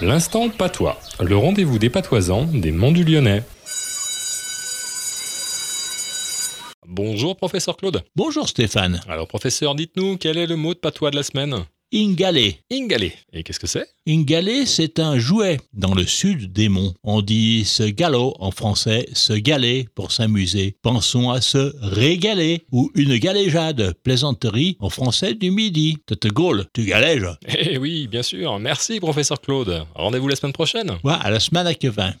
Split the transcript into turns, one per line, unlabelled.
L'instant patois, le rendez-vous des patoisans des Monts du Lyonnais. Bonjour professeur Claude.
Bonjour Stéphane.
Alors professeur, dites-nous quel est le mot de patois de la semaine
Ingalé.
Ingalé. Et qu'est-ce que c'est
Ingalé, c'est un jouet dans le sud des monts. On dit se galop en français, se galer pour s'amuser. Pensons à se régaler ou une galéjade, plaisanterie en français du midi. Tu te gaules, tu galèges.
Eh oui, bien sûr. Merci professeur Claude. Rendez-vous la semaine prochaine.
Moi, à la semaine à Quevin.